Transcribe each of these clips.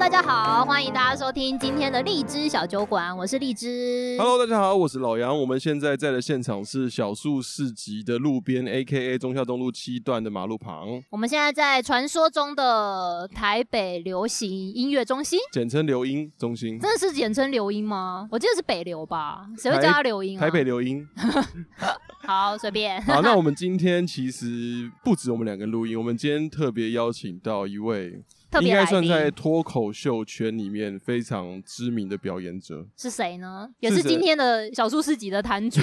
大家好，欢迎大家收听今天的荔枝小酒馆，我是荔枝。 Hello，大家好，我是老杨。我们现在在的现场是小树市集的路边，A K A 中孝东路七段的马路旁，我们现在在传说中的台北流行音乐中心，简称流音中心。真的是简称流音吗？我记得是北流吧，谁会叫它流音啊？台北流音。好随 便， 好，那我们今天其实不止我们两个录音，我们今天特别邀请到一位，特应别该来算在宾脱口秀圈里面非常知名的表演者。是谁呢？也是是谁今天的小树市集的 摊主。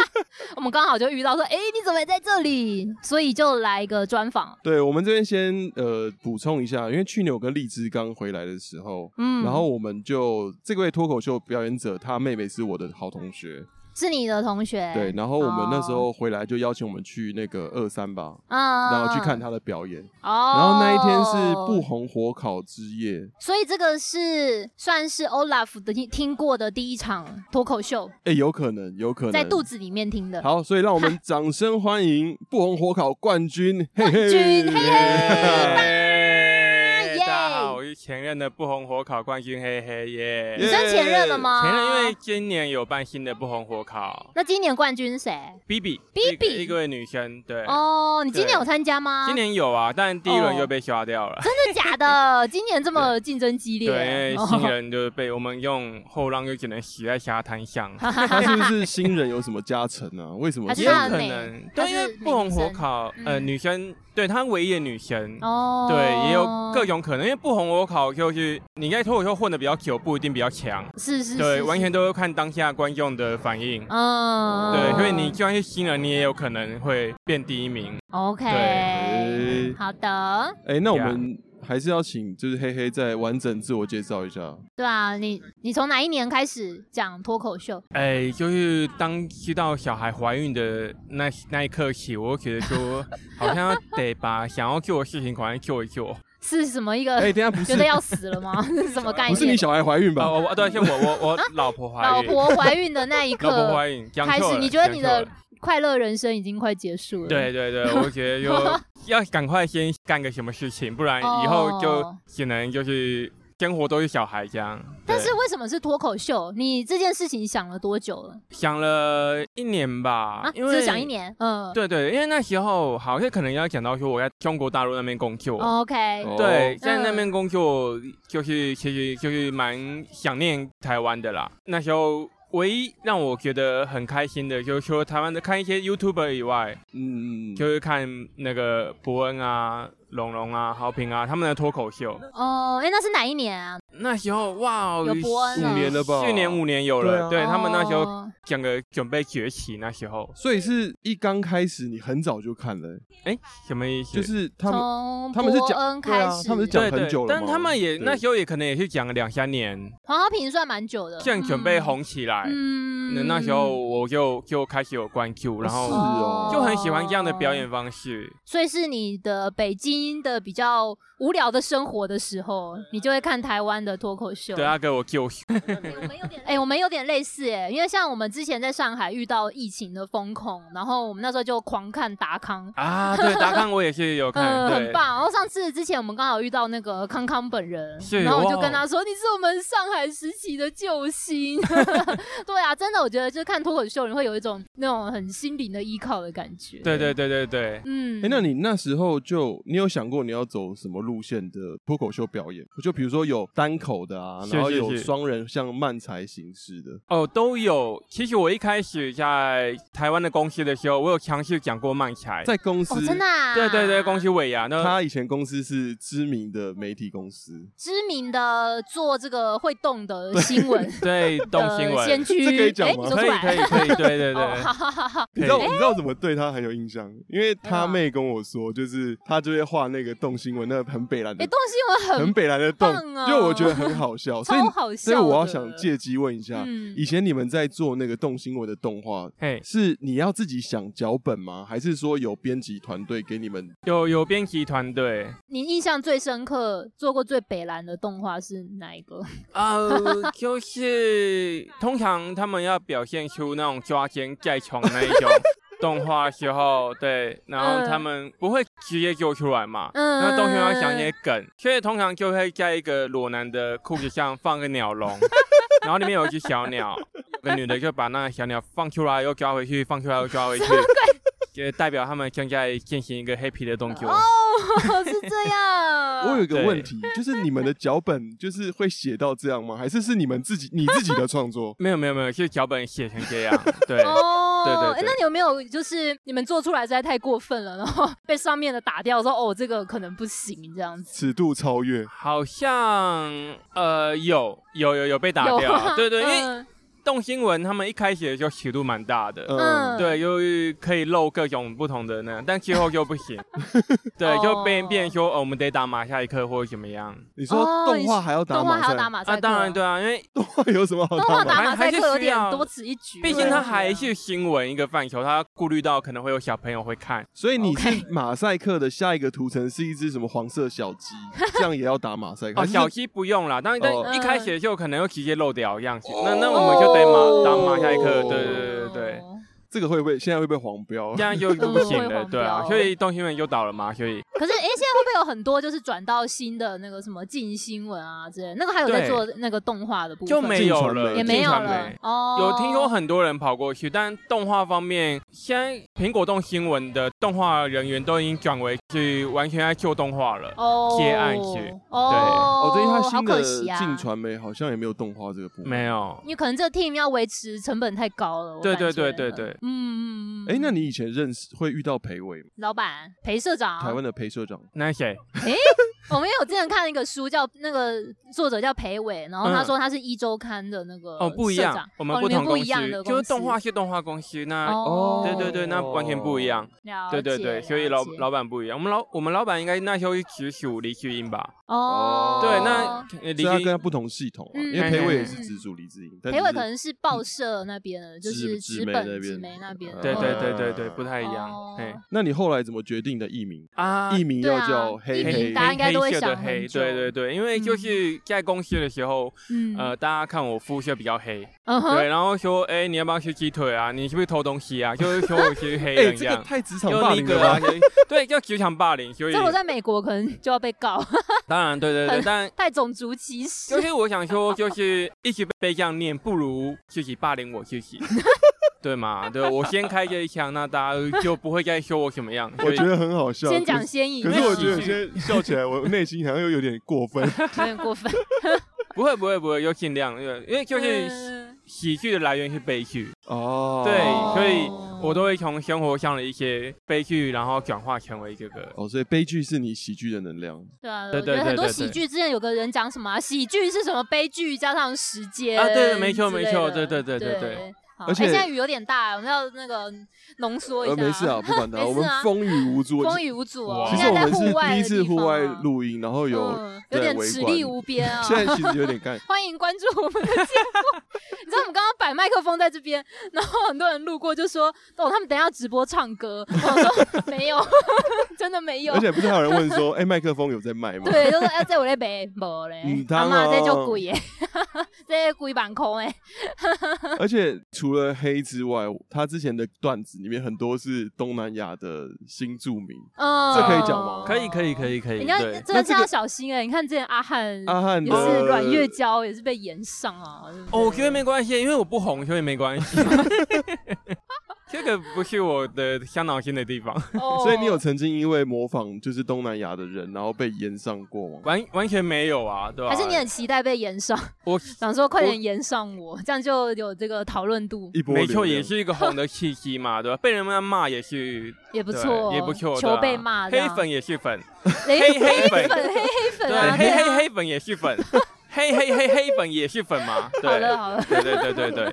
我们刚好就遇到说，哎、你怎么也在这里？所以就来一个专访。对我们这边先呃补充一下，因为去年我跟荔枝刚回来的时候，嗯，然后我们就这位脱口秀表演者，他妹妹是我的好同学。是你的同学，对，然后我们那时哦，候回来就邀请我们去那个二三吧，嗯，然后去看他的表演。哦，然后那一天是不红火烤之夜，所以这个是算是 Olaf 的听听过的第一场脱口秀，哎，有可能，有可能在肚子里面听的。好，所以让我 们掌声欢迎不红火烤冠军，冠军嘿耶耶大家好，我是前任的不红火烤冠军，嘿嘿耶。你耶算前任了吗？前任因为今年有办新的不红火烤那今年冠军是谁？ ，B B Bibi 一个一位女生，对，哦，你今年对有参加吗？今年有啊，但第一轮哦又被刷掉了，真的假的？今年这么竞争激烈，对，因为哦新人就是被我们用后浪就只能洗在沙滩上，他是不是新人有什么加成啊？为什么还是也今有欸他很天？可美能，她对，因是为美不红女火生烤，呃，嗯女生，对她唯一的女生， 哦，对，也有各种可能，因为不红我考就是你在脱口秀混的比较久，不一定比较强，是是，嗯对，是完全，都要看当下观众的反应是。嗯，对，所以你就算是新人，你也有可能会变第一名。 OK，哎好的，哎，那我呀们还是要请就是黑黑再完整自我介 绍一下。对啊，你你从哪一年开始讲脱口秀？哎，就是当知道小孩怀孕的那那一刻起，我就觉得说好像得把想要做的事情赶快做 一做。是什么一个？哎，等一下不觉是得呃要死了 吗？ 是什么概念？不是你小孩怀孕吧？哦，我对，是我我 我老婆怀老孕，婆怀孕的那一老婆刻怀孕，讲开错始，了你觉得讲你错的嗯了快乐人生已经快结束了？对，对对，我觉得就 要赶快先干个什么事情，不然以后就哦只能就是生活都是小孩这样。但对是为什么是脱口秀？你这件事情想了多久了想了一年吧，啊？只因为是想一。年，嗯对对，因为那时候好像可能要讲到说我在中国大陆那边工作。 ，OK，哦对，嗯在那边工作就是其实就是蛮想念台湾的啦。那时候唯一让我觉得很开心的，就是说台湾的看一些 YouTuber 以外，嗯嗯嗯，就是看那个伯恩啊、龙龙啊、豪平啊他们的脱口秀。哦，哎，那是哪一年啊？那时候哇哦，有伯恩啊五年了吧？去年五年有了，对对,、他们那时候哦整个准备崛起，那时候所以是一刚开始你很早就看了欸，什么意思？就是他们从他们是讲伯恩对开啊始，他们是讲对很对久，了但嘛他们也对那时候也可能也是讲了两三年，黄浩平算蛮久的，正准备红起来。嗯，嗯那那时候我就就开始有关注，然是后啊哦就很喜欢这样的表演，方式。所以是你的北京的比较无聊的生活的时候，你就会看台湾的脱口秀。对啊他给我救赎，哎、我们有点类似哎、因为像我们之前在上海遇到疫情的风控，然后我们那时候就狂看达康， 啊，对达康我也是有看，嗯，对，很棒。然后上次之前我们刚好遇到那个康康本人，是然后我哇就跟他说：“你是我们上海时期的救星。” 对啊，真的，我觉得就是看脱口秀，你会有一种那种很心灵的依靠的感觉。对对对对对，嗯，哎、那你那时候就你有想过你要走什么路线的脱口秀表演？就比如说有单口的啊，是然后是有是双人像漫才形式的。哦，都有。其实我一开始在台湾的公司的时候，我有尝试讲过漫才。在公司，哦，真的、啊，对对对，恭喜尾牙。啊那他以前公司是知名的媒体公司，知名的做这个会动的新闻对动的新呃先闻，驱，这可以讲哎吗你说可出以来可以可以，对 对哦，对好。好好好，你知道可以你知道我怎么对他很有印象？因为他妹跟我说，就是他就会画那个动新闻，那个很北蓝哎、的，动新闻很很北蓝的动，棒啊就我觉得很 好笑，所以超好笑所以的，我要想借机问一下，嗯以前你们在做那个动新闻的动画，嘿，是你要自己想脚本吗？还是说有编辑团队给你们？有有编辑团队，你印象最深刻做过最北蓝的动画是哪一个？ 呃， 就是通常他们要表现出那种抓奸在床那一种，动画的时候，对，然后嗯他们不会直接揪出来嘛，嗯那动画要想一些梗，所以通常就会在一个裸男的裤子上放个 鸟笼，然后里面有一只小鸟，有个女的就把那个小鸟放出来又抓回去，放出来又抓回去，就代表他们正在进行一个 happy 的动作。哦，是这 ？我有样。一个问题，就是你们的脚本就是会写到这样吗？还是是你们自己你自己的创作没有没有没有，是脚本写成这样，对。对哦对，对诶那你有没有就是你们做出来实在太过分了，然后 被上面的打掉说哦这个可能不行这样子？尺度超越，好像呃有有有有被打有掉，啊对对，因为嗯动新闻他们一开始就尺度蛮大的，嗯，嗯对，又可以露各种不同的那，但最后就不行，对，就被哦变成说、哦、我们得打马赛克或者怎么样你说哦动画还要打动画马还赛要，打马赛啊，克，哦当然对啊，因为动画有什么好动画马赛打马赛克有点还还是需要多此一举，毕对啊竟它还是新闻一个范畴，它顾虑到可能会有小朋友会看，所以你是 OK 马赛克的下一个图层是一只什么黄色 小鸡，这样也要打马赛克？哦，还是小鸡不用啦，但但哦一开始就可能又直接漏掉的样子，那那哦我们就得马当马赛克，哦对对对对对。这个会不会现在会被黄标啊这？样就不行嗯会了，黄对啊，标所以动新闻就倒了嘛，所以可是，哎、现在会不会有很多就是转到新的那个什么进新闻啊之类的？那个还有在对做那个动画的部分，就没有进传了，媒也没有进传了媒。哦。有听说很多人跑过去，但动画方面，现在苹果动新闻的动画人员都已经转为去完全在做动画了。哦接案去哦哦，，对，因为它好新可的惜啊进传媒好像也没有动画这个部分。没。有，因为可能这个 team 要维持成本太高了。我对感觉对对对对嗯嗯嗯。哎，那你以前认识会遇到裴伟吗？老板裴社长，台湾的裴社长，那谁？我们有之前看一个书叫那个作者叫裴伟，然后他嗯说他是一周刊的那个哦，不一社长样，我们哦不你同不公一样的司，公司，就是动画是动画公司，那哦，对对对，那完全不一样，了解，对对对，所以了老解老板不一样。我们老我们老板应该那时候是直属李旭英吧？哦，对，那所呃李以他跟旭他英不同系统啊，嗯因为裴伟也嗯是直属黎智英，但裴伟只是可能是报社那边的，就纸是纸纸媒本那纸边媒那边的，对对嗯对对对，不太一样哦，哎那你后来怎么决定的艺名？啊，艺名对要啊叫黑艺名黑大家应该都会黑色的想很黑，久对对对，因为就嗯是在公司的时候，嗯呃，大家看我肤色比较黑，嗯哼，对，然后说，哎、你要不要吃鸡腿啊？你是不是偷东 西啊？就是说我是黑哎，人这个这样，太职场就霸那凌个了啊，吧？就对，就职场霸凌，所以这我在美国可能就要被告，当然，对对对，但太种族歧视就。是我想说，就是一直被这样念，不如自己霸凌我 自己，对嘛？对，我先开这一枪，那大家就不会再说我怎么样。 我所以觉得很好笑。先可讲是先赢，可是我觉得有喜剧些笑起来，我内心好像又有点过分。有点过分。不会不会不会，就尽量，因为因为就是嗯喜剧的来源是悲剧， 哦，对，所以哦嗯我都会从生活上的一些悲剧，然后转化成为这个。哦，所以悲剧是你喜剧的能量。对啊，对我觉对得很多对对喜对剧之前有个人讲什么啊喜剧是什么悲剧加上时间啊对没错之没类错的对对对对对对。好而哎且现在雨有点大，我们要那个浓缩一下。呃，没事啊，，不管它，没事我们啊风雨无阻。风雨无阻哦。哇其现实我在们在是户外第一的次地户方外啊录音，然后有嗯、有在点围齿观力无边啊。现在其实有点干。 欢迎关注我们的节目。 你知道我们刚刚摆麦克风在这边，然后很多人路过就说：“哦，他们等一下直播唱歌。” 我说：“没有， 真的没有而。且不是还有人问说，哎，麦克风有在卖”吗？对，就说：“哎、这我在北无嘞唔，通阿妈哦这就贵耶， 这贵板空哎。而且除了黑之外，他之前的段子里面很多是东南亚的新著名。”嗯，哎这可以讲吗可以可以可以可以，人家对真的是要小心哎、你看之前阿汉阿汉也的是阮月娇也是被延上啊。对不对哦，我觉得没关系，因为我不红，所以没 关系。这个不是我的伤脑筋的地方，哦所以你有曾经因为模仿就是东南亚的人，然后被延上过吗？完完全没有啊，对吧、还是你很期待被延上？我想说快点延上我， 这样就有这个讨论度，一波没流错，量也是一个红的契机嘛，对吧？被人们骂也是也不对错，也不错，求对吧被骂这黑样，粉也是粉，雷黑黑粉，粉黑黑粉对，啊，黑对啊黑黑粉也是粉， 黑黑黑黑粉也是粉嘛，对，好了好了，对对对对 对，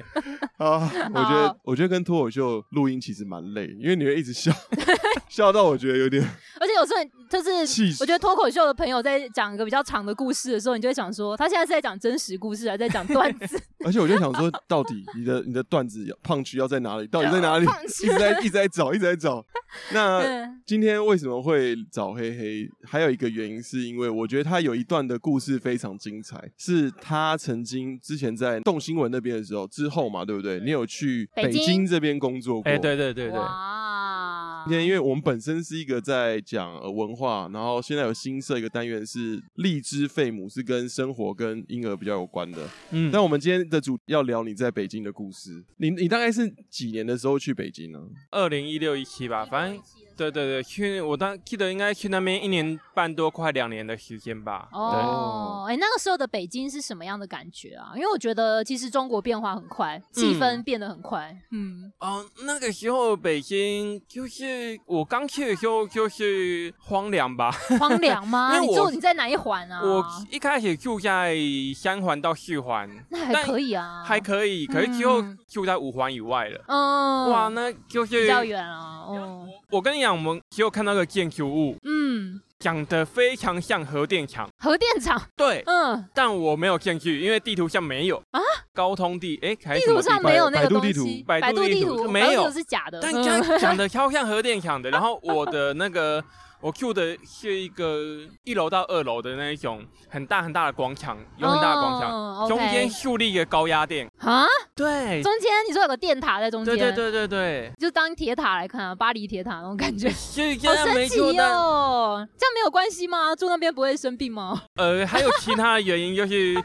啊！我觉得我觉得跟脱口秀录音其实蛮累，因为你会一直笑， 笑到我觉得有点而且有时候你就是。气死我觉得脱口秀的朋友在讲一个比较长的故事的时候，你就会想说，他现在是在讲真实故事，还是在讲段 子？而且我就想说，到底你的你的段子要胖区要在哪里？到底 在哪里？胖一区直在一直在找，一直在找。 那嗯，今天为什么会找黑黑？还有一个原因是因为我觉得他有一段的故事非常精彩，是他曾经之前在动新闻那边的时候之后嘛，对不对？你有去北北京京这边工作过？哎，对对对对，哇啊今。天因为我们本身是一个在讲呃文化，然后现在有新设一个单元是荔枝费母，是跟生活跟婴儿比较有关的。嗯但我们今天的主要聊你在北京的故事。你你大概是几年的时候去北京呢、二零一六一七啊吧，反正对对对，去我当记得应该去那边一年半多，快两年的时间吧。哦，哎、那个时候的北京是什么样的感觉啊？因为我觉得其实中国变化很快，气氛变得很快。嗯，对，哦、那个时候北京就是我刚去的时候就是荒凉吧，荒凉吗？ 因为你我住你在哪一环啊？我一开始住在三环到四环，那还可以啊，还可以，可是之后嗯住在五环以外了。嗯，哇，那就是比较远啊。嗯我跟你讲，我们只有看到个建筑物，嗯，长得非常像核电厂。核电厂，对，嗯，但我没有进去，因为地图上没有啊。高通地，哎，还地是什图么上地没有那个百度东地西，图百百度地地图没有百度地图是假的。但嗯 刚讲的超像核电厂的，然后我的那个我住的是一个一楼到二楼的那一种很大很大的广场，有很大的广场，嗯，OK 中间树立一个高压电，啊，对，中间你说有个电塔在中间，对对对对对，就当铁塔来看啊，巴黎铁塔那种感觉。是现好在神没奇住到，哦！这样没有关系吗？住那边不会生病吗？ 呃，还有其他的原因，就是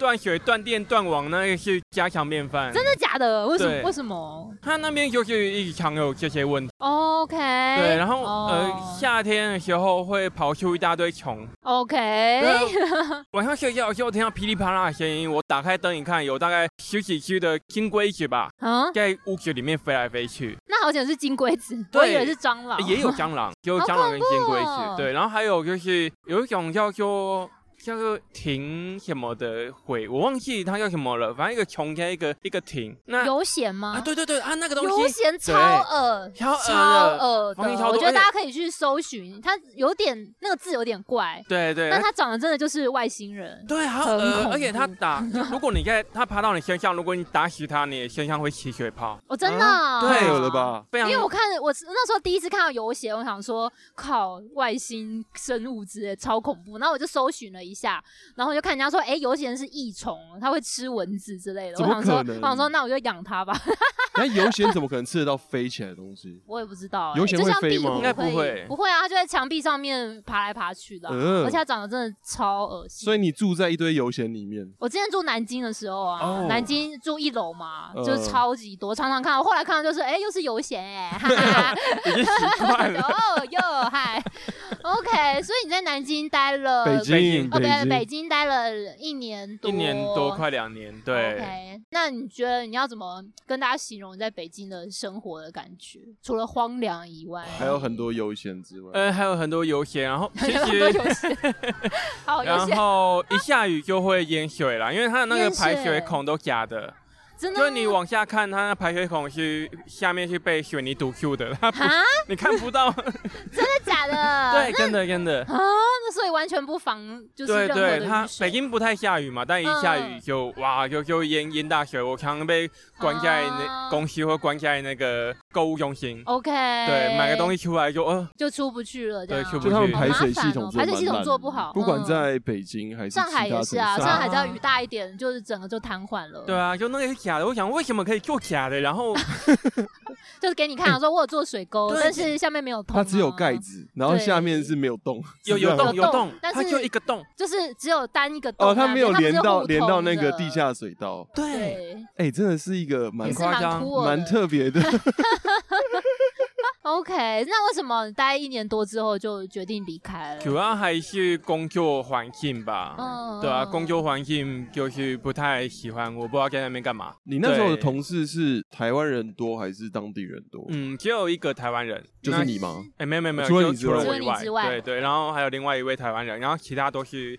断水、断电、断网，那个是家常便饭。真的假的？为什么？对为什么他那边就是一直常有这些问题， ？OK。对对，然后、哦呃，夏天的时候会跑出一大堆虫， OK。对，啊 晚上睡觉的时候听到噼里啪啦的声音，我打开灯一看，有大概十几只的金龟 子吧，啊，在屋子里面飞来飞去，那好像是金龟子，对我以为是蟑螂。也有蟑螂，有哦蟑螂跟金龟子，对，然后还有就是有一种叫做。叫做蜓什么的鬼，我忘记它叫什么了，反正一个虫加一个一个蜓。那油咸吗啊，？对对对啊，那个东油西咸超恶，超恶的恶黄金超的。我多觉得而且大家可以去搜寻，它有点那个字有点怪，对对，但它长得真的就是外星人。对，好很恶恐而且它打，就如果你在它爬到你身上，如果你打死它，你的身上会起水泡，我真的啊啊太对有了吧？非常因为我看我那时候第一次看到有血，我想说靠外星生物之类超恐怖，然后我就搜寻了一下，然后我就看人家说，哎、有血是益虫，它会吃蚊子之类的。怎我么想说，可能我想说那我就养它吧，那游闲怎么可能吃得到飞起来的东西？我也不知道、欸。有血就会像飞壁吗虎应该不可以会不会啊，它就在墙壁上面爬来爬去的啊、嗯而且它长得真的超恶心。所以你住在一堆游闲里面，我之前住南京的时候啊，哦南京住一楼嘛，嗯就是超级多，常常看到。后来看到就是，哎、又是游 闲哎、哈哈，已经习惯了。哦哟嗨，OK，所以你在南京待了北京，京哦，对，北京，京待了一年多，一年多，快两年，对。 OK，那你觉得你要怎么跟大家形容你在北京的生活的感觉？除了荒凉以外，还有很多游闲之外，呃，还有很多游闲，然后 其还有很多实，游戏， 好游然戏，后一下雨就会淹 水啦，因为它的那个淹水排水孔都假的，真的就是你往下看，它的排水孔是下面是被水泥堵住的， 它啊，你看 不到，真的假的？ 对，真的真的，啊，那所以完全不防 就是对任何的对，它雨水北京不太下雨嘛，但一下雨嗯就哇就就淹淹大水，我常常被关在那啊公司或关在那个购物中心， OK，对，买个东西西出来就呃，就出不去了，这对样出不就他们去排水系好麻烦哦统排水系统蛮烂的做不好不管嗯在北京还是上海其他也是啊，城市上海只要雨大一点，就是整个就瘫痪了。对啊，就那个是假的，我想为什么可以做假的，然后。就是给你看，啊说我有做水沟，对但是下面没有通、哎啊它只有盖，子，然后对下面是没有洞， 有有是这样洞吗有洞有洞，但它是就一个洞。就是只有单一个洞哦，啊它没有连到连到那个地，它下水道，不是互通的对，对，哎，真的是一个蛮也是夸夸蛮张酷蛮特 别的。 OK，那为什么待一年多之后就决定离开了？主要还是工作环境吧。嗯对啊，嗯工作环境就是不太喜欢，我不知道在那边干嘛。你那时候的对同事是台湾人多还是当地人多？嗯，只有一个台湾人，就那是你吗？哎，没有没有没有，除了就你之除了外我以除了你之外对对，然后还有另外一位台湾人，然后其他都是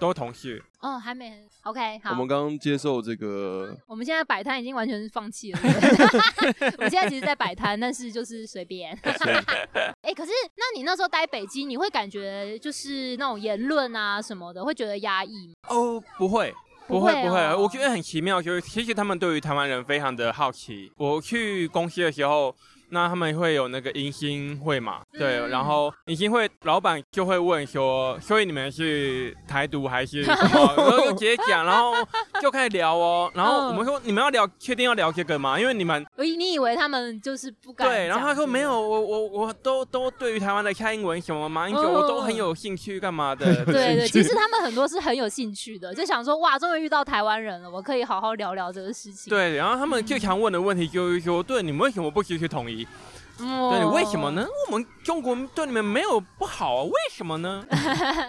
都同事。哦，还没 OK，好，我我们们刚刚接受这个，现在摆摊已经完全是放弃了，对不对我们现在其实在摆摊，但是就是随 便。哎、可是那你那时候待北京，你会感觉就是那种言论啊什么的，会觉得压抑吗？哦，不会。不不会会不会，哦我觉得很奇妙，就是其实他们对于台湾人非常的好奇。我去公司的时候，那他们会有那个迎新会嘛？对，嗯然后迎新会老板就会问说，所以你们是台独还是什 么？然后就直接讲，然后就开始聊哦。然后我们说，你们要聊，确定要聊这个吗？因为你们我以哦你以为他们就是不敢讲？嗯对，然后他说没有，我我我都都对于台湾的蔡英文什么马英九，我都很有兴趣，干嘛的？对不哦 对。对对，其兴趣 实他们很多是很有兴趣的，就想说哇，终于遇到台湾人了，我可以好好聊聊这个事情。，对，然后他们最常问的问题就是说，对，你们为什么不支持统一？嗯对，为什么？呢？我们中国对你们没有不好啊，为什么呢？哦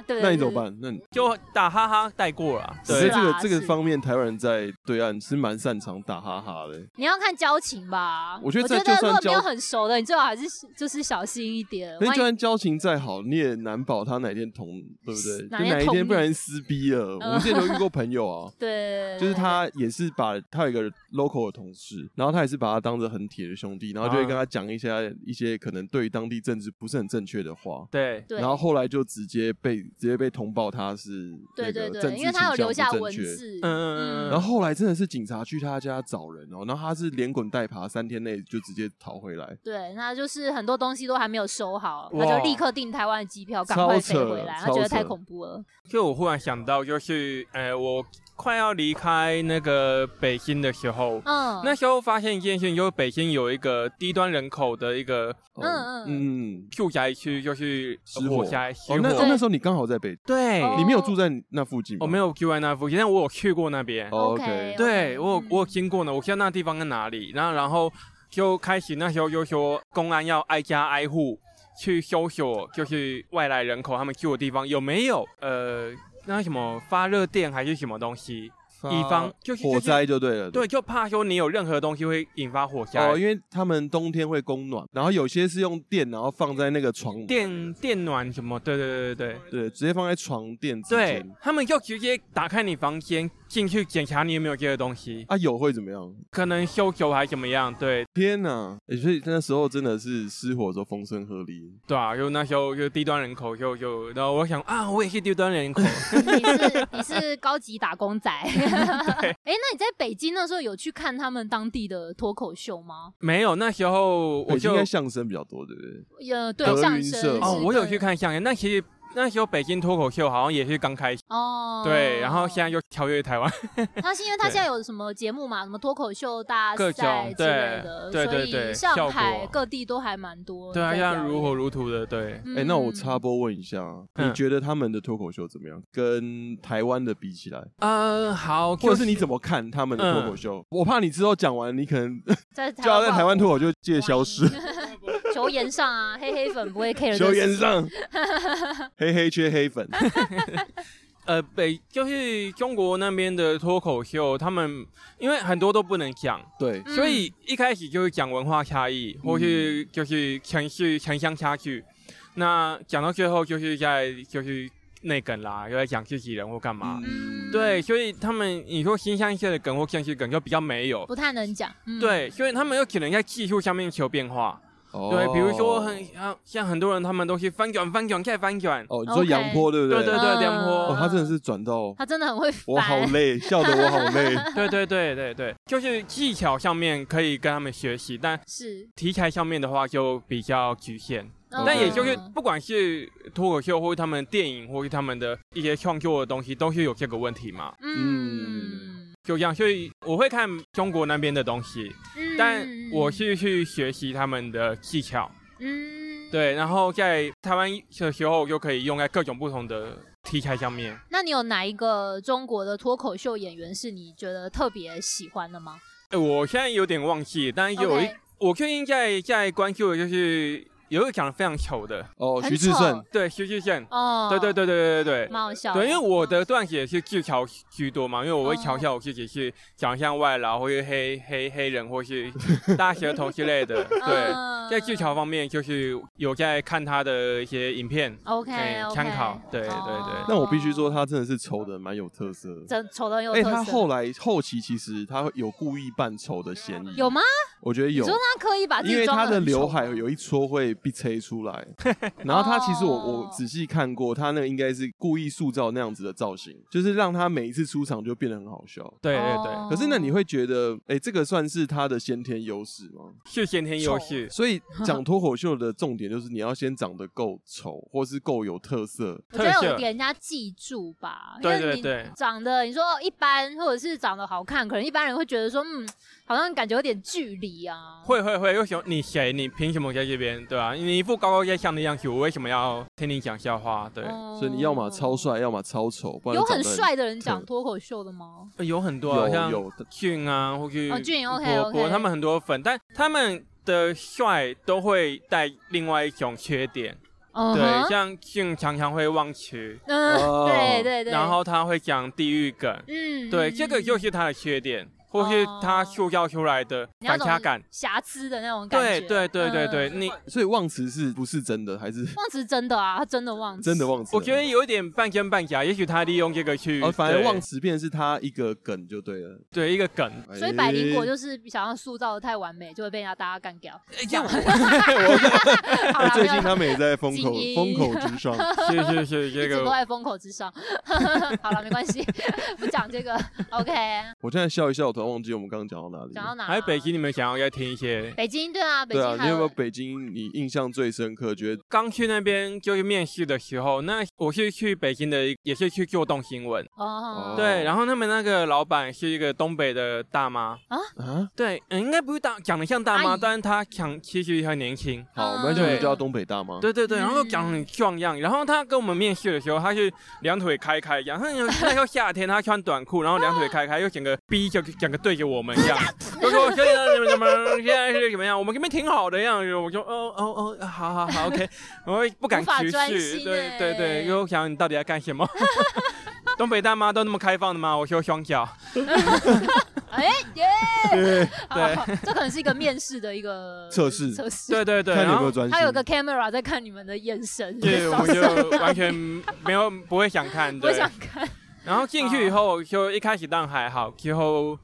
对，那你对怎么？办？那你就打哈哈带过了。只是是对啊这个这个是方面，台湾人在对岸是蛮擅长打哈哈的。你要看交情吧。我觉得这就如算果没有交很熟的，你最好还是就是小心一点。那万就一算交情再好，你也难保他哪天同，对不对？哪就天哪一同天不你然撕逼了。我嗯们之前都遇过朋 友啊，对，就是他也是把他有一个 local 的同事，然后他也是把他当着很铁的兄弟，然后就会跟他讲一下一些可能对于当地政治不是很正确的话。对对，然后后来就直接被直接被通报他是那对个对政对，治因为他有倾向留下不正文确字嗯，嗯嗯，然嗯后后来真的是警察去他家找人哦，然后他是连滚带爬，三天内就直接逃回来，对，那就是很多东西都还没有收好，他哇就立刻订台湾的机票，赶超快飞扯回来，他超觉得太扯恐怖了。就我忽然想到，就是呃，我快要离开那个北京的时候。嗯， 那时候发现一件事情，就是北京有一个低端人口的一个哦嗯嗯嗯，住宅区，就是失火火灾失哦，那火。对那时候你刚好在北，对，哦你没有住在那附近吗，我哦没有有住在那附近，但我有去过那边。哦 OK， ，OK 对我有嗯我有经过呢，我知道那地方在哪里，然后然后就开始那时候就说公安要挨家挨户去搜索，就是外来人口他们住的地方有没有呃那什么发热电还是什么东西，以防就是啊火灾就对了，对，就怕说你有任何东西会引发火灾。哦，因为他们冬天会供暖，然后有些是用电，然后放在那个床，电电暖什么，对对对对对，对，直接放在床垫之对间。他们就直接打开你房间进去检查你有没有这个东西，啊，有会怎么样？可能搜索还怎么样，对天哪！欸所以那时候真的是失火的时候风声鹤唳，对啊，就那时候就低端人口就就，然后我想啊，我也是低端人 口，你是你是高级打工 仔。哎、 那你在北京那时候有去看他们当地的脱口秀吗？没有那时候我北京就应该相声比较多，对不对？呃，对德，云相社声吧哦，是我有跟去看相声，但其实那时候北京脱口秀好像也是刚开始，哦。对，然后现在又超越台湾，他是因为他对现在有什么节目嘛，什么脱口秀大各赛种之类的，对对所对以对上效海果各地都还蛮多 对在啊，表演。像如火如荼的，对，嗯。哎、那我插播问一下，啊嗯你觉得他们的脱口秀怎么样？跟台湾的比起来，嗯，好，或者就是你怎么看他们的嗯脱口秀？我怕你之后讲完，你可能在。就要在台湾脱口秀界消失，球员上啊，黑黑粉不会 care 这球个员事 上，黑黑缺黑粉，呃北就是中国那边的脱口秀，他们因为很多都不能讲，对，嗯所以一开始就是讲文化差异，或是就是城市城乡差距。那讲到最后就是在就是内梗啦，又在讲自己人或干嘛。嗯对，所以他们你说新乡县的梗或县市梗就比较没有。不太能讲。嗯，对，所以他们有可能在技术上面求变化。哦对，比如说很像像很多人他们都是翻转翻转再翻转。哦，你说杨波对不对对对对，梁哦，坡。他真的是转到嗯他真的很会烦。我好累，笑得我好 累。对对对对对，就是技巧上面可以跟他们学习，但是，题材上面的话就比较局限。嗯但也就是嗯不管是脱口秀或是他们电影或是他们的一些创作的东西，都是有这个问题嘛，嗯，就这样。所以我会看中国那边的东西，嗯但我是去学习他们的技巧，嗯，对，然后在台湾的时候就可以用在各种不同的题材上面。那你有哪一个中国的脱口秀演员是你觉得特别喜欢的吗？哎，我现在有点忘记，但有一 OK 我最近在在关注的就是有一个长得非常丑的，哦，很徐志胜丑，对，徐志胜，哦，对对，对对对对对。蛮好笑的。对，因为我的段子也是自嘲居多嘛，因为我会嘲笑我自己是长相外劳，或是黑黑黑人，或是大舌头之类的。对，嗯在自嘲方面，就是有在看他的一些影片， OK 哎 OK，参考对对对那我必须说他真的是丑的蛮有特色的。哦真丑的有哎，特色。他后来后期其实他有故意扮丑的嫌疑，有吗？我觉得你有说。他刻意把自因己为装他得的很丑刘吗海有一撮会被吹出 来，然后他其实我哦我仔细看过，他那个应该是故意塑造那样子的造型，就是让他每一次出场就变得很好笑。对对对，哦可是那你会觉得，哎、这个算是他的先天优势吗？是先天优势。所以讲脱口秀的重点就是你要先长得够丑，或是够有特色。我觉得特有色给人家记住吧，因对为对你对长得你说一般，或者是长得好看，可能一般人会觉得说，嗯，好像感觉有点距离啊。会会会，为什么你谁？你凭什么在这边？对啊，你一副高高在上的样子，我为什么要听你讲笑话？对，哦，所以你要么超帅，要么超丑，不然有就长很得帅的人讲特脱口秀的吗？呃有很多啊，有像有的，俊啊，或去哦俊，OK，伯 OK 伯他们很多粉，但他们的帅都会带另外一种缺点，嗯对，哼，像俊常常会忘词，嗯，哦对对对。然，后他会讲地域梗，嗯，对，这个就是他的缺点，或是他塑造出来的你要反懂差感。瑕疵的那种感对觉。对对对对，嗯你所以忘词是不是真的，还是 忘词真的啊，他真的忘词，真的忘词了？我觉得有一点半真半假，也许他利用这个去，哦，反而对忘词变成是他一个梗就对了。对一个梗， 所以百灵果哎就是想要塑造的太完美，就会被人家大家干 掉。哎这样我好啦，没有哎最近啦他们也在风口精英 风口之上，是是是一这直都个，在风口之上。 好了，没关系， 不讲这个。OK，我现在笑一笑，我突然忘记我们刚刚讲到哪里讲了。到哪、啊？还有北京，你们想要再听一些？北京对啊，北对啊，京你还有没有有。北京你印象最深刻？觉得刚去那边就是面试的时候，那我是去北京的一，也是去做动新闻，哦，对，然后他们那个老板是一个东北的大妈，啊，对，嗯，应该不是大讲的像大阿妈，姨但是她讲其实很年轻，好，嗯我们就对叫东北大妈。对对对，然后讲嗯得很壮样，然后她跟我们面试的时候，她是两腿开开，然后那时候夏天她穿短裤，然后两腿开开，又整个逼就整个对着我们这样，就说现在怎么怎么现在是怎么样，我们这边挺好的样子，我就哦哦哦，好好好，OK，我也不敢无法直专视，心对对欸对，因为我想你到底在干什么？东北大妈都那么开放的吗？我说双脚。哎 耶，好对好这可能是一个面试的一个 测试测试。对对 对，看你然有没后有专心。他有个 camera 在看你们的眼神，对， 我就完全没有不会想看，我对。想看。然后进去以后，就一开始当然还好，之后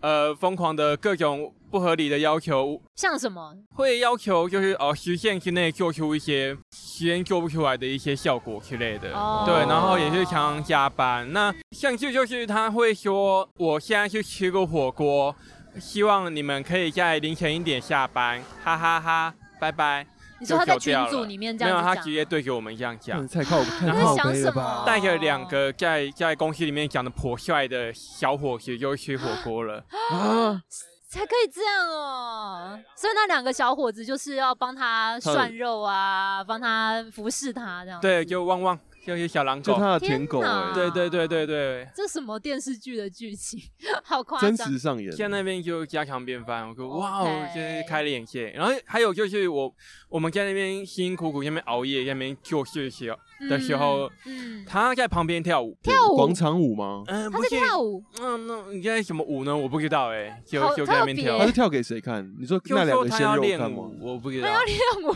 呃疯狂的各种不合理的要求，像什么？会要求就是哦时限之内做出一些时间做不出来的一些效果之类的。哦，对，然后也是常常加班。那像这就是他会说，我现在去吃个火锅，希望你们可以在凌晨一点下班，哈哈哈，拜拜。你说他在就走群掉了组里面这没有，样子他讲，直接对着我们这样讲嗯，。太靠太他在靠想背什了么吧？带着两个在在公司里面讲的颇帅的小伙子就去火锅了。啊，才可以这样哦。所以那两个小伙子就是要帮他涮肉啊，帮他服侍他这样。对，就汪汪，就是小狼就狗。他的舔狗天哪哎，对对对对对，这什么电视剧的剧情， 好夸真张！实上演。现在那边就家常便饭，我说哇哦， OK 就是开了眼界。然后还有就是我我们在那边辛辛苦苦在那边熬夜，在那边做事情，的时候嗯，嗯，他在旁边跳舞。跳舞广场舞吗？嗯，他不在是，跳舞， 嗯，那你在什么舞呢？我不知道哎，就好就在那边特别跳他欸是。跳给谁看？你说就那两说个他鲜要肉练看吗？舞，我不知他道。要练舞。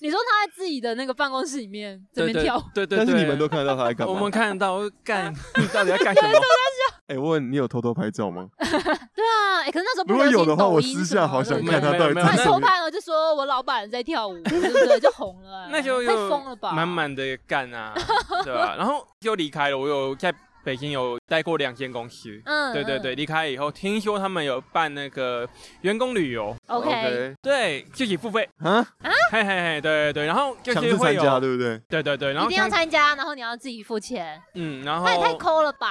你说他在自己的那个办公室里面这对边对跳舞， 对对，但是对你们都看到他在干嘛？我们看到我干，你到底在干什么？哎，我问你有偷偷拍 照吗？对啊，哎，可是那时候不如果流行有的话，抖我音私什么下好的想对不对看他到底没有没有他在还什偷么。拍了，就说我老板在跳舞，对不对？ 就红了，那就太疯了吧，满满的干 啊，对吧、然后就离开了。我有在北京有待过两间公司，嗯，嗯，对对对，离开以后听说他们有办那个员工旅游，嗯，OK，对自己付费，啊，嘿嘿嘿，对对对，然后就强是制会参加有，对不对？对对对，然一后定要像参加，然后你要自己付钱，嗯，然那也太后抠了吧，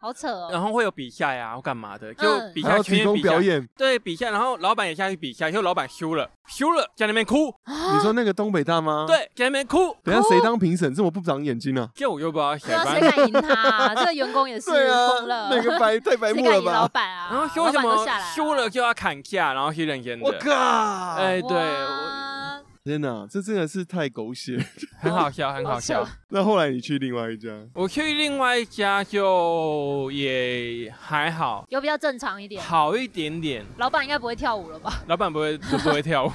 好扯哦。然后会有比赛啊，或干嘛的，就嗯比还赛要全提员供比赛表，演。哦对比赛，然后老板也下去比赛，就老板输了，输了在那边哭， 啊你说那个东北大妈？，对，在那边哭，等一下谁当评审？这么不长眼睛啊？这我就不知道谁对啊，办谁敢赢他？这个员工也 是啊疯了，啊那个白太白谁目敢了赢老吧？板啊？然后说老什板都么下来输了就要砍价，然后是认真我的。靠！哎哎，对，我哇 天哪，这真的是太狗血。 很好笑，很好笑好。那后来你去另外一家，我去另外一家就也还好，有比较正常一点。好一点点。老板应该不会跳舞了吧老板不会不不会 跳舞，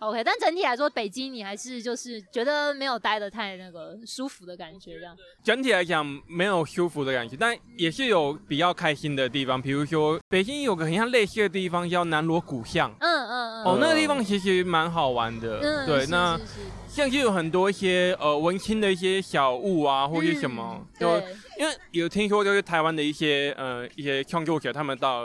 ？OK，但整体来说，北京你还是就是觉得没有待的太那个舒服的感觉，这样。整体来讲没有舒服的感觉，但也是有比较开心的地方。比如说北京有个很像类似的地方叫南锣鼓巷，嗯嗯嗯。哦，那个地方其实蛮好玩的。嗯，对，是那是是像就有很多一些呃文青的一些小物啊，或者是什么，嗯就对，因为有听说就是台湾的一些呃一些创作者，他们到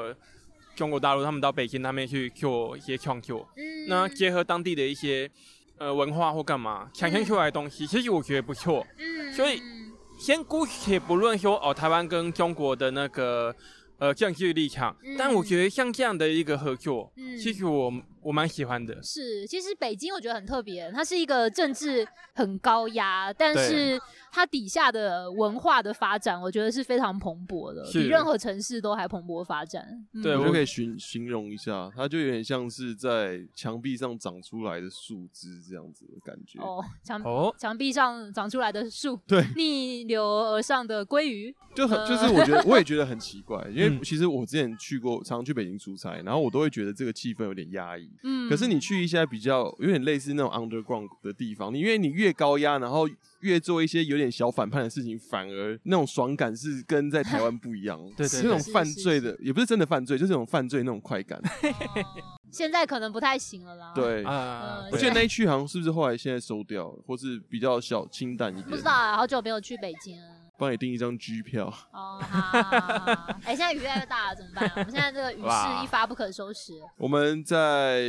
中国大陆，他们到北京那边去做一些创作，嗯那结合当地的一些呃文化或干嘛产生出来的东西，其实我觉得不错。嗯所以嗯先姑且不论说哦，台湾跟中国的那个呃政治立场，嗯但我觉得像这样的一个合作，嗯其实我我蛮喜欢的。是，其实北京我觉得很特别，它是一个政治很高压，但对是它底下的文化的发展，我觉得是非常蓬勃的，是比任何城市都还蓬勃发展。嗯 对我我就可以形形容一下，它就有点像是在墙壁上长出来的树枝这样子的感觉。哦，墙哦，墙壁上长出来的树， 对，逆流而上的鲑鱼，就很就是呃我觉得我也觉得很奇怪，因 为嗯其实我之前去过，常常去北京出差，然后我都会觉得这个气氛有点压抑。嗯，可是你去一些比较有点类似那种 underground 的地方，你因为你越高压，然后越做一些有点小反叛的事情，反而那种爽感是跟在台湾不一样。对对是对那种是犯是罪的，也不是真的犯罪，就是那种犯罪那种快感。现在可能不太行了啦，，对， 啊嗯，我对记得那一区好像是不是后来现在收掉，或是比较小清淡一点。不知道啊，好久没有去北京了。帮你订一张机票。哦，好，好好好好哎、现在雨越来越大了，怎么办、啊？我们现在这个雨势哇一发不可收拾。我们再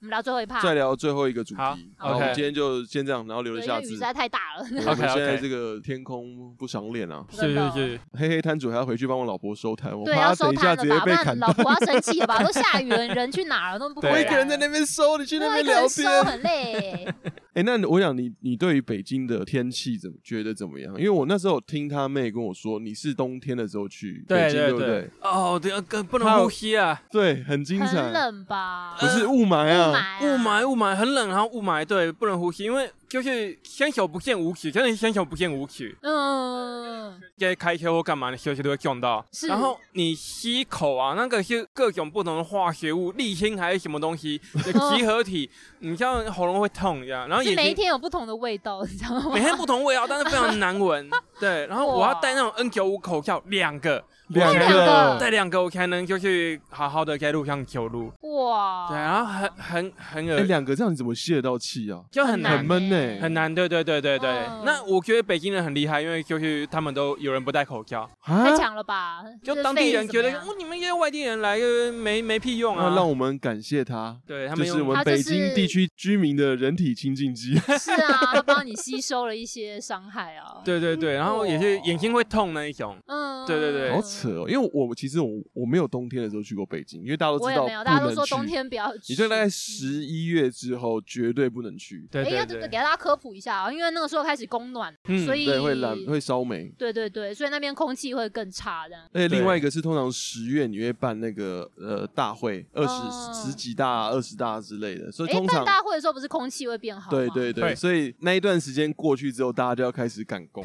我们聊最后一趴，再聊最后一个主题，好好，我们 OK 今天就先这样，然后留对了因为下雨次实。在太大了。我们 OK，OK 现在这个天空不赏脸啊，是是是，黑黑摊主还要回去帮我老婆收摊，我对，怕要她收等一摊了下直接吧，不被然砍老到。婆要生气了吧？都 下雨了，人去哪儿都不回对我来。一个人在那边收，你去那对，一啊边个人聊收天。很累。哎，那我想你，你对于北京的天气怎么觉得怎么样？因为我那时候听他妹跟我说，你是冬天的时候去北对京，不对对？，哦，对，更不还能有呼吸啊，对，很 精很彩，冷吧？不是雾霾啊。啊雾霾，雾霾很冷，然后雾霾，对，不能呼吸，因为就是伸手不见五指，真的是伸手不见五指，嗯，在开车或干嘛，你休息都会撞到是。然后你吸口啊，那个是各种不同的化学物，沥青还是什么东西的嗯集合体，你像喉咙会痛这样，然后是眼每一睛。天有不同的味道，你知道吗？每天不同味道，但是非常难闻。对，然后我要戴那种 N 九五口罩，两个，两两哦个戴两个我才能就是好好的在路上走路。哇，对，啊然后很很很哎，恶，两个这样你怎么吸得到气啊？就很难很闷欸很难，对对对对对。嗯那我觉得北京人很厉害，因为就是他们都有人不戴口罩，太啊！强了吧？就这当地肺人怎觉么得样哦，你们这些外地人来呃没没屁用啊那。让我们感谢他，对他就们是用我他们就北京地是区居民的人体清净机。是啊，他帮你吸收了一些伤害啊。，嗯对对对，然后也是哇眼睛会痛那一种。嗯，对对对好扯哦，因为我其实我我没有冬天的时候去过北京，因为大家都我知也道没有，大家不都能说冬去，天不要去。你就大概十一月之后绝对不能去，对哎，对要给对，大家科普一下啊，因为那个时候开始供暖，嗯所以对，会染会烧煤。对对对，所以那边空气会更差这样。而且对另外一个是，通常十月你会办那个呃大会，二哦十十几大、二十大之类的，所以哎，通办常大会的时候不是空气会变好吗？对对对，对所以那一段时间过去之后，大家就要开始赶 工。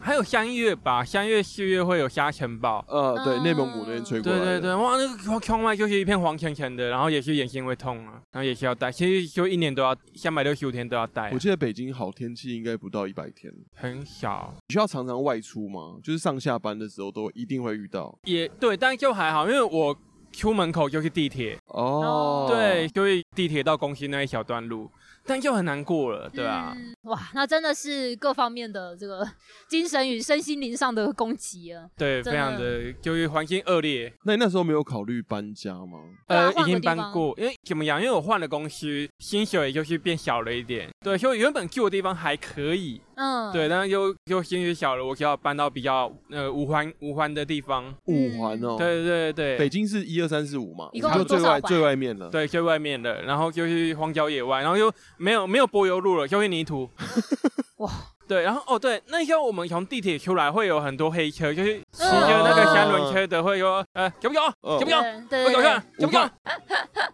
还有三月吧，三月四月会有沙尘暴。呃，对，嗯内蒙古那边吹过对来，对对，，哇，那个窗窗外就是一片黄澄澄的，然后也是眼睛会痛啊，然后也是要戴，其实就一年都要，三百六十五天都要戴啊、我记得北京好天气应该不到一百天，很少。你需要常常外出吗？就是上下班的时候都一定会遇到也对，但就还好，因为我出门口就是地铁，哦。对，，就是地铁到公司那一小段路，但就很难过了，对啊，嗯哇，那真的是各方面的这个精神与身心灵上的攻击啊。对，真的非常的就是环境恶劣，那你那时候没有考虑搬家吗？对啊呃，换个已经地搬方过，因为怎么样？因为我换了公司，薪水也就是变小了一点，对，所以原本住的地方还可以，嗯，对，但是又又薪水小了，我就要搬到比较呃五环五环的地方。嗯五环哦，对对对北京是一二三四五嘛，一你共就最多少外环最外面了。对，最外面的，然后就是荒郊野外，然后又没有没有柏油路了，就是泥土。 哇！对，然后哦对，那时候我们从地铁出来会有很多黑车，就是骑哦嗯着那个三轮车的会说，呃，要不要？嗯要不要？对对要不对要？要不要？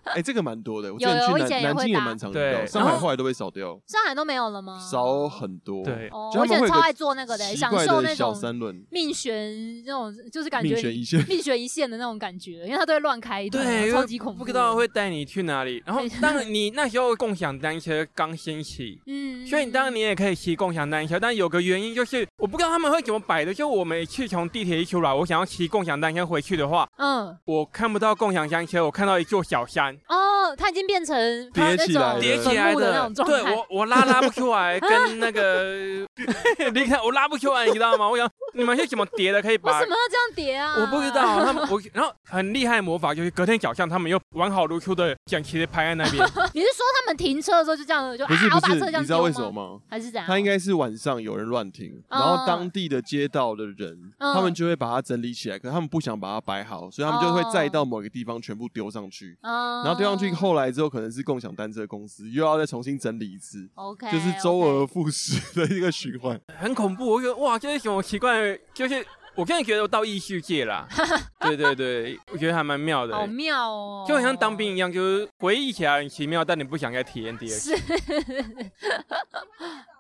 哎、这个蛮多的。我之有前有去我以南前也南会哦京也打蛮常遇到，对上然海后后来都被扫掉，上海都没有了吗？少很多。对，哦，就我他以们前会有超个爱做那个的，奇享怪受的那小种三轮命悬那种，就是感命觉悬一线。命悬一线的那种感觉，因为它都会乱开一通对，超级恐怖，不知道会带你去哪里。然后，当然你那时候共享单车刚兴起，嗯，所以当然你也可以骑共享单车，但有个原因就是我不知道他们会怎么摆的。就我每次从地铁一出来，我想要骑共享单车回去的话，嗯我看不到共享单车，我看到一座小山哦，它已经变成它叠那起种来叠了起来坟墓的那种状对态，我我拉拉不出来，跟那个 你看我拉不出来，你知道吗？我想 你们是怎么叠的？可 以为把什么要这样叠啊？我不知道，他们我然后很厉害的魔法就是隔天早上他们又完好如初的整齐的排在那 边，你是说他们停车的时候就这样，就不是啊，不我把车这是，样你知道为丢什么吗？吗？还是怎样？他应该是晚上有人乱停，哦然后当地的街道的人，嗯他们就会把它整理起来，可他们不想把它摆好，所以他们就会哦载到某个地方全部丢上去。嗯，然后丢上去后来之后，可能是共享单车公司又要再重新整理一次， ，OK，就是周而复始的一个循环。很恐怖。我觉得哇，这是什么奇怪的？就是我真的觉得我到异世界 啦。对对对，我觉得还蛮妙 OK 的好，妙哦，就很像当兵一样，就是回忆起来很奇妙，但你不想再体验第二次。是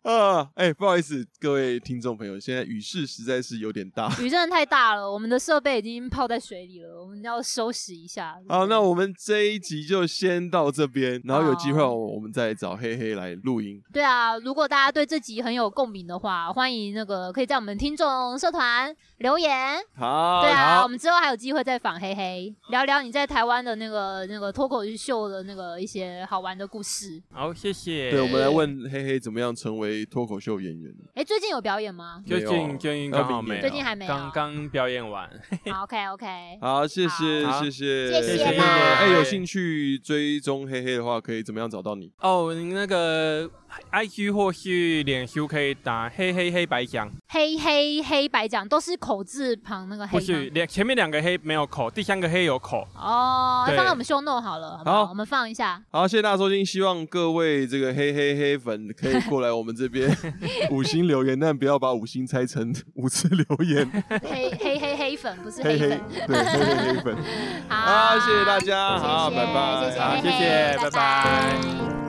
啊，哎、不好意思，各位听众朋友，现在雨势实在是有点大。雨真的太大了，我们的设备已经泡在水里了，我们要收拾一下。好，那我们这一集就先到这边，然后有机会好我们再找黑黑来录音。对啊，如果大家对这集很有共鸣的话，欢迎那个可以在我们听众社团留言。好，对啊，我好，们之后还有机会再访黑黑，聊聊你在台湾的那个那个脱口秀的那个一些好玩的故事。好，谢谢。对，我们来问黑黑怎么样成为脱口秀演员。哎，最近有表演吗？最没有啊近最近刚好20没有，最近还没有啊刚刚表演完。好，OK OK，好，谢谢，好谢谢，谢谢谢啦哎、有兴趣追踪黑黑的话，可以怎么样找到你？哦，那个 IG 或是脸书可以打黑黑黑白讲， 黑黑黑白讲都是口字旁那个黑或吗是两前面两个黑没有口，第三个黑有口。哦，对放到我们 show note 好了，好不好？好我们放一下。好，谢谢大家收听，希望各位这个黑黑黑粉可以过来我们这边 五星留言，但不要把五星拆成五次留言。黑 黑黑黑粉不是 黑黑黑粉，对黑黑 黑粉。好，好，谢谢大家，好，谢谢拜拜，谢谢好黑黑，谢谢拜拜拜